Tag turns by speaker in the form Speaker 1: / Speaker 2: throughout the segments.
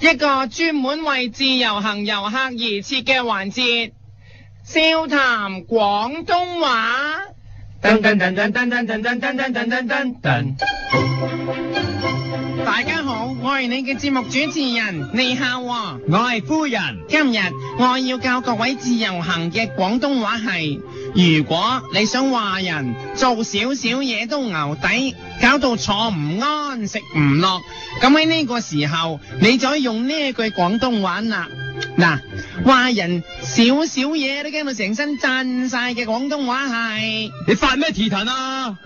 Speaker 1: 一個專門為自由行遊客而設嘅環節，笑談廣東話。
Speaker 2: 噔噔噔噔噔噔噔噔噔噔噔噔噔。
Speaker 1: 大家好，我係你嘅節目主持人，你好喎。
Speaker 2: 我係夫人，
Speaker 1: 今日我要教各位自由行嘅廣東話係，如果你想話人做少少嘢都牛底，搞到坐唔安食唔落，咁喺呢個時候你就可以用呢一句廣東話啦。嗱，話人少少嘢都驚到成身震晒嘅廣東話係
Speaker 2: 你發咩蹄騰啊？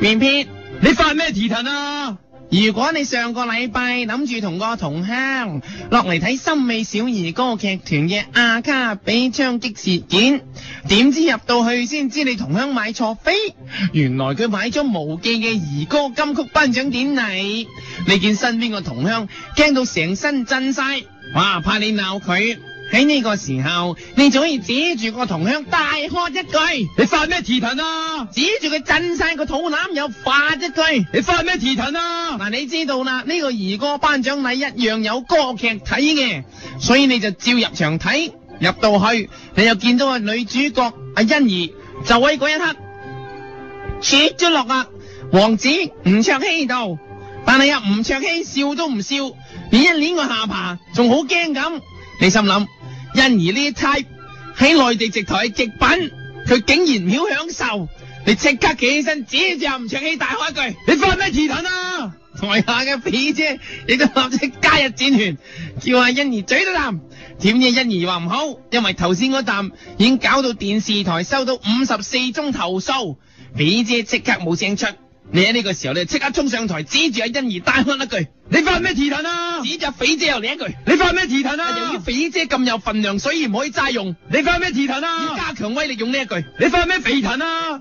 Speaker 1: 面撇。
Speaker 2: 你發咩蹄騰啊？
Speaker 1: 如果你上個禮拜諗住同個同鄉落嚟睇森美小兒歌劇團嘅阿卡比槍擊事件，點知入到去先知你同鄉買錯飛，原來佢買咗無記嘅兒歌金曲頒獎典禮，你見身邊個同鄉驚到成身震晒，哇！怕你鬧佢。喺呢個時候，你就可以指住個同鄉大喝一句，
Speaker 2: 你發咩蹄騰啊？
Speaker 1: 指住佢震晒個肚腩又發一句。
Speaker 2: 你發咩蹄騰啊？
Speaker 1: 嗱，你知道啦，呢、個兒歌頒獎禮一樣有歌劇睇嘅，所以你就照入場睇。入到去，你又見到個女主角阿欣怡，就喺嗰一刻切咗落啊王子吳卓羲度，但係阿吳卓羲笑都唔笑，連一捻個下巴，仲好驚咁。你心諗，欣怡呢一 type 喺內地直頭係極品，佢竟然唔曉享受。你即刻企起身，指住阿吳卓羲大喝一句。
Speaker 2: 你發咩蹄騰啊？
Speaker 1: 台下嘅肥姐亦都立即加入戰團，叫阿欣怡嘴都啖。點知欣怡話唔好，因為頭先嗰啖已經搞到電視台收到五十四宗投訴，肥姐即刻冇聲出。你喺呢個時候，你就即刻衝上台，指住阿欣怡大喝一句，
Speaker 2: 你發咩蹄騰啊？
Speaker 1: 指住阿肥姐又嚟一句。
Speaker 2: 你發咩蹄騰
Speaker 1: 啊由於
Speaker 2: 啊？
Speaker 1: 肥姐咁有份量，所以唔可以齋用，
Speaker 2: 你發咩蹄騰
Speaker 1: 要
Speaker 2: 啊？
Speaker 1: 加強威力用呢一句，
Speaker 2: 你發咩肥騰啊？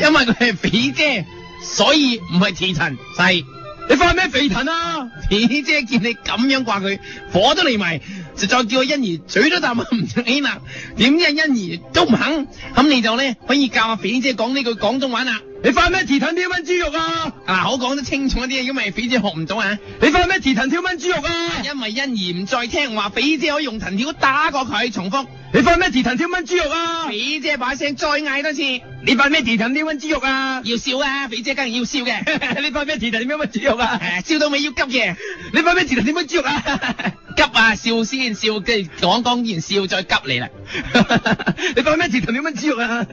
Speaker 1: 因為佢係肥姐，所以唔係提陳係。
Speaker 2: 你發咩肥騰啊？
Speaker 1: 肥姐見你咁樣掛佢，火都嚟埋，就再叫阿欣怡嘴都啖唔起啦。點知阿欣怡都唔肯，咁你就咧可以教阿肥姐講呢句廣東話啦。
Speaker 2: 你發咩蹄騰挑炆豬肉啊？
Speaker 1: 嗱、好講得清楚啲，因為肥姐學唔到啊。
Speaker 2: 你發咩蹄騰挑炆豬肉啊？
Speaker 1: 因為欣怡唔再聽話，肥姐可以用藤條打過佢。重複，
Speaker 2: 你發咩蹄騰挑炆豬肉啊？
Speaker 1: 肥姐把聲再嗌多次，
Speaker 2: 你發咩蹄騰挑炆豬肉啊？
Speaker 1: 要笑啊！肥姐梗係要笑嘅，
Speaker 2: 你發咩蹄騰挑炆豬 肉啊？
Speaker 1: 誒笑到尾要急嘅。
Speaker 2: 你發咩蹄騰挑炆豬肉啊？
Speaker 1: 急啊！笑先笑，跟住講講完笑再急你啦。
Speaker 2: 你發咩蹄騰挑炆豬肉啊？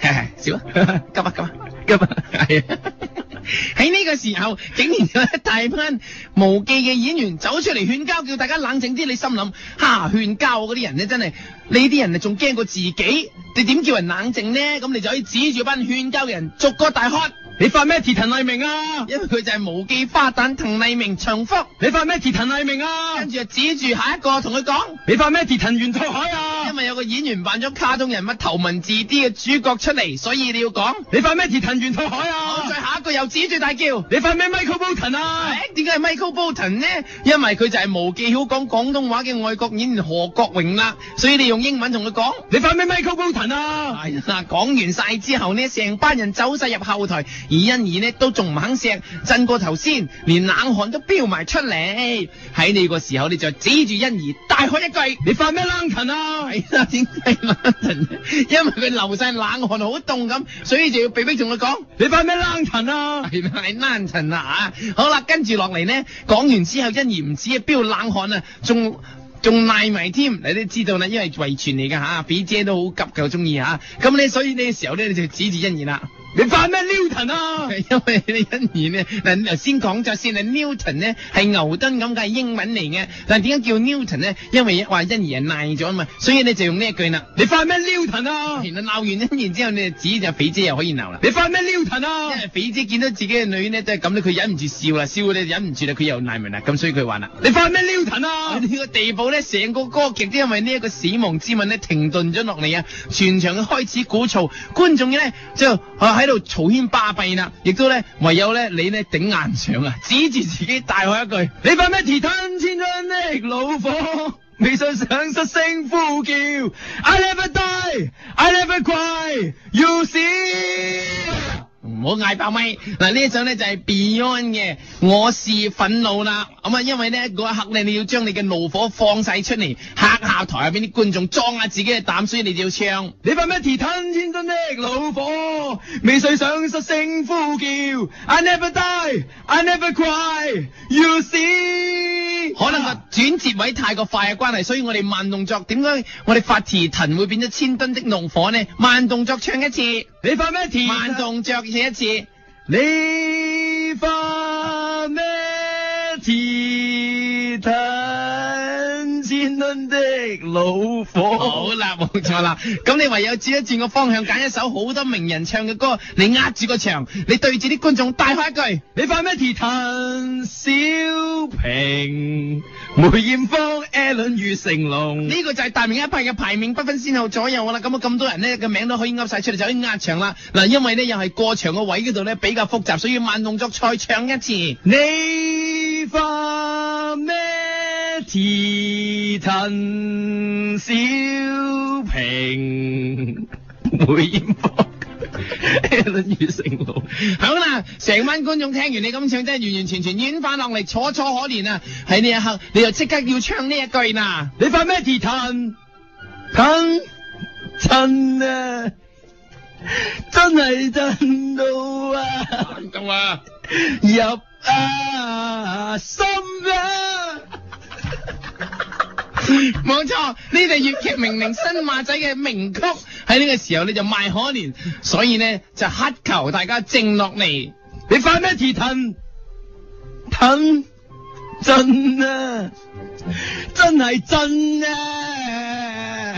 Speaker 1: 笑啊！急啊！急啊！
Speaker 2: 咁啊，
Speaker 1: 係啊！喺呢個時候，竟然有一大班無記嘅演員走出嚟勸交，叫大家冷靜啲。你心諗，嚇、勸交嗰啲人咧，真係呢啲人啊，仲驚過自己。你點叫人冷靜呢？咁你就可以指住班勸交嘅人，逐個大喝，
Speaker 2: 你發咩蹄騰黎明啊？
Speaker 1: 因為佢就係無記花旦滕麗明長福。
Speaker 2: 你發咩蹄騰黎明啊
Speaker 1: 跟？住就指住下一個同佢講。
Speaker 2: 你發咩蹄騰袁拓海啊
Speaker 1: 因？為有個演員扮咗卡通人物頭文字 D 嘅主角出嚟，所以你要講。
Speaker 2: 你發咩蹄騰袁拓海
Speaker 1: 好，再
Speaker 2: 啊？
Speaker 1: 下一句又指住大叫。
Speaker 2: 你發咩 Michael Bolton 啊？
Speaker 1: 誒點解係 Michael Bolton 呢？因為佢就係無記曉講廣東話嘅外國演員何國榮啦，所以你用英文同佢講。
Speaker 2: 你發咩 Michael Bolton 啊？
Speaker 1: 係啦，講完晒之後呢，成班人走晒入後台，而欣怡呢都仲唔肯錫，震過頭先，連冷汗都飆埋出嚟。喺呢個時候，你就指住欣怡大喝一句。
Speaker 2: 你發咩 Langton 啊？
Speaker 1: 係啦，點解 Martin？因為佢流晒冷汗，好凍咁，所以就要被逼同佢講。
Speaker 2: 你發咩 Langton 啊？
Speaker 1: 係啦，係 Martin 啦嚇。好啦，跟住落嚟呢，講完之後，欣怡唔止係飆冷汗啊，仲仲賴埋添。你都知道啦，因為遺傳嚟㗎嚇，肥姐都好急嘅，中意嚇。咁咧，所以呢個時候咧，你就指住欣怡啦。
Speaker 2: 你發咩 Newton 啊？
Speaker 1: 因為你欣怡呢，嗱你頭先講咗先啦，Newton 呢係牛頓咁嘅英文嚟嘅，但係點解叫 Newton 呢？因為話欣怡係賴咗啊嘛，所以你就用呢一句啦。
Speaker 2: 你發咩 Newton
Speaker 1: 然後
Speaker 2: 啊？
Speaker 1: 鬧完欣怡之後，你就指就肥姐又可以鬧啦。
Speaker 2: 你發咩 Newton
Speaker 1: 因
Speaker 2: 啊？
Speaker 1: 為肥姐見到自己嘅女呢，都係咁咧，佢忍唔住笑啦，笑咧忍唔住啦，佢又賴埋啦，咁所以佢話啦。
Speaker 2: 你發咩 Newton 啊？
Speaker 1: 呢個地步咧，成個歌劇都因為呢一個死亡之吻咧停頓咗落嚟啊！全場開始鼓噪，觀眾咧就啊喺度嘈喧巴閉啦，亦都咧唯有咧你咧頂硬上啊，指住自己大喝一句。
Speaker 2: 你發咩蹄吞千噸的怒火？未信上失聲呼叫，I never die, I never cry, you see。
Speaker 1: 唔唔好嗌爆咪。嗱呢一首咧就係 Beyond 嘅《我是憤怒啦》。咁啊，因為咧嗰一刻咧，你要將你嘅怒火放晒出嚟，嚇下台下邊啲觀眾，裝下自己嘅膽，所以你就要唱。
Speaker 2: 你塊咩鐵吞天津的老火，未睡上失聲呼叫。I never die, I never cry, you see。啊
Speaker 1: 可能個轉折位太過快嘅啊關係，所以我哋慢動作。點解我哋發蹄騰會變咗千噸的怒火呢？慢動作唱一次，
Speaker 2: 你塊咩鐵？
Speaker 1: 慢動作寫一次。
Speaker 2: 你塊咩鐵吞天津的老火？
Speaker 1: 好啦，冇錯啦。咁你唯有轉一轉個方向，揀一首好多名人唱嘅歌，你壓住個場，你對住啲觀眾大喊一句。
Speaker 2: 你塊咩鐵藤小平，梅艷芳、Allen 與成龍。
Speaker 1: 呢個就係大明一派嘅排名不分先後左右㗎啦。咁啊咁多人呢個名都可以噏晒出嚟，就可以壓場啦。嗱，因為呢又係過場嘅位嗰度呢比較複雜，所以慢動作再唱一次。
Speaker 2: 你塊咩鐵藤小平，梅艷芳、Allen 與成龍。
Speaker 1: 好啦，成班觀眾聽完你咁唱，真係完完全全軟化落嚟，楚楚可憐啊！喺呢一刻，你就即刻要唱呢一句啦。
Speaker 2: 你塊咩鐵藤藤真啊，真係震到啊！
Speaker 1: 咁啊，
Speaker 2: 入啊心啊！
Speaker 1: 冇錯，呢就粵劇名伶新馬仔嘅名曲，喺呢個時候你就賣可憐，所以呢，就乞求大家靜落嚟。
Speaker 2: 你快咩字騰騰震啊！真係震啊！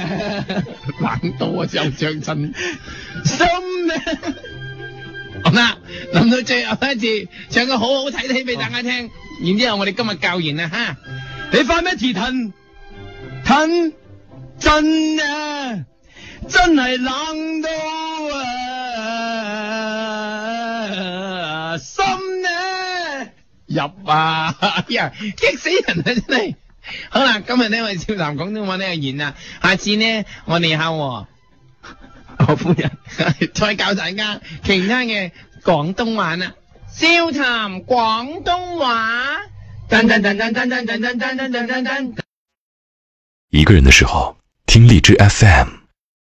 Speaker 1: 冷到啊，又唱真。
Speaker 2: 心啊！
Speaker 1: 好啦，臨到最後一次，唱個好好睇睇俾大家聽。然之後我哋今日教完啦哈。
Speaker 2: 你快咩字騰騰震啊！真係冷到啊！心啊！
Speaker 1: 入啊！哎呀，激死人啊！真係。好啦，今日呢，我哋笑談廣東話呢就完啦。下次呢，我哋考喎
Speaker 2: 我夫人。
Speaker 1: 再教大家其他嘅廣東話啦。笑談廣東話。噔噔噔噔噔噔噔噔噔噔噔噔。
Speaker 3: 一个人的时候，听荔枝 FM。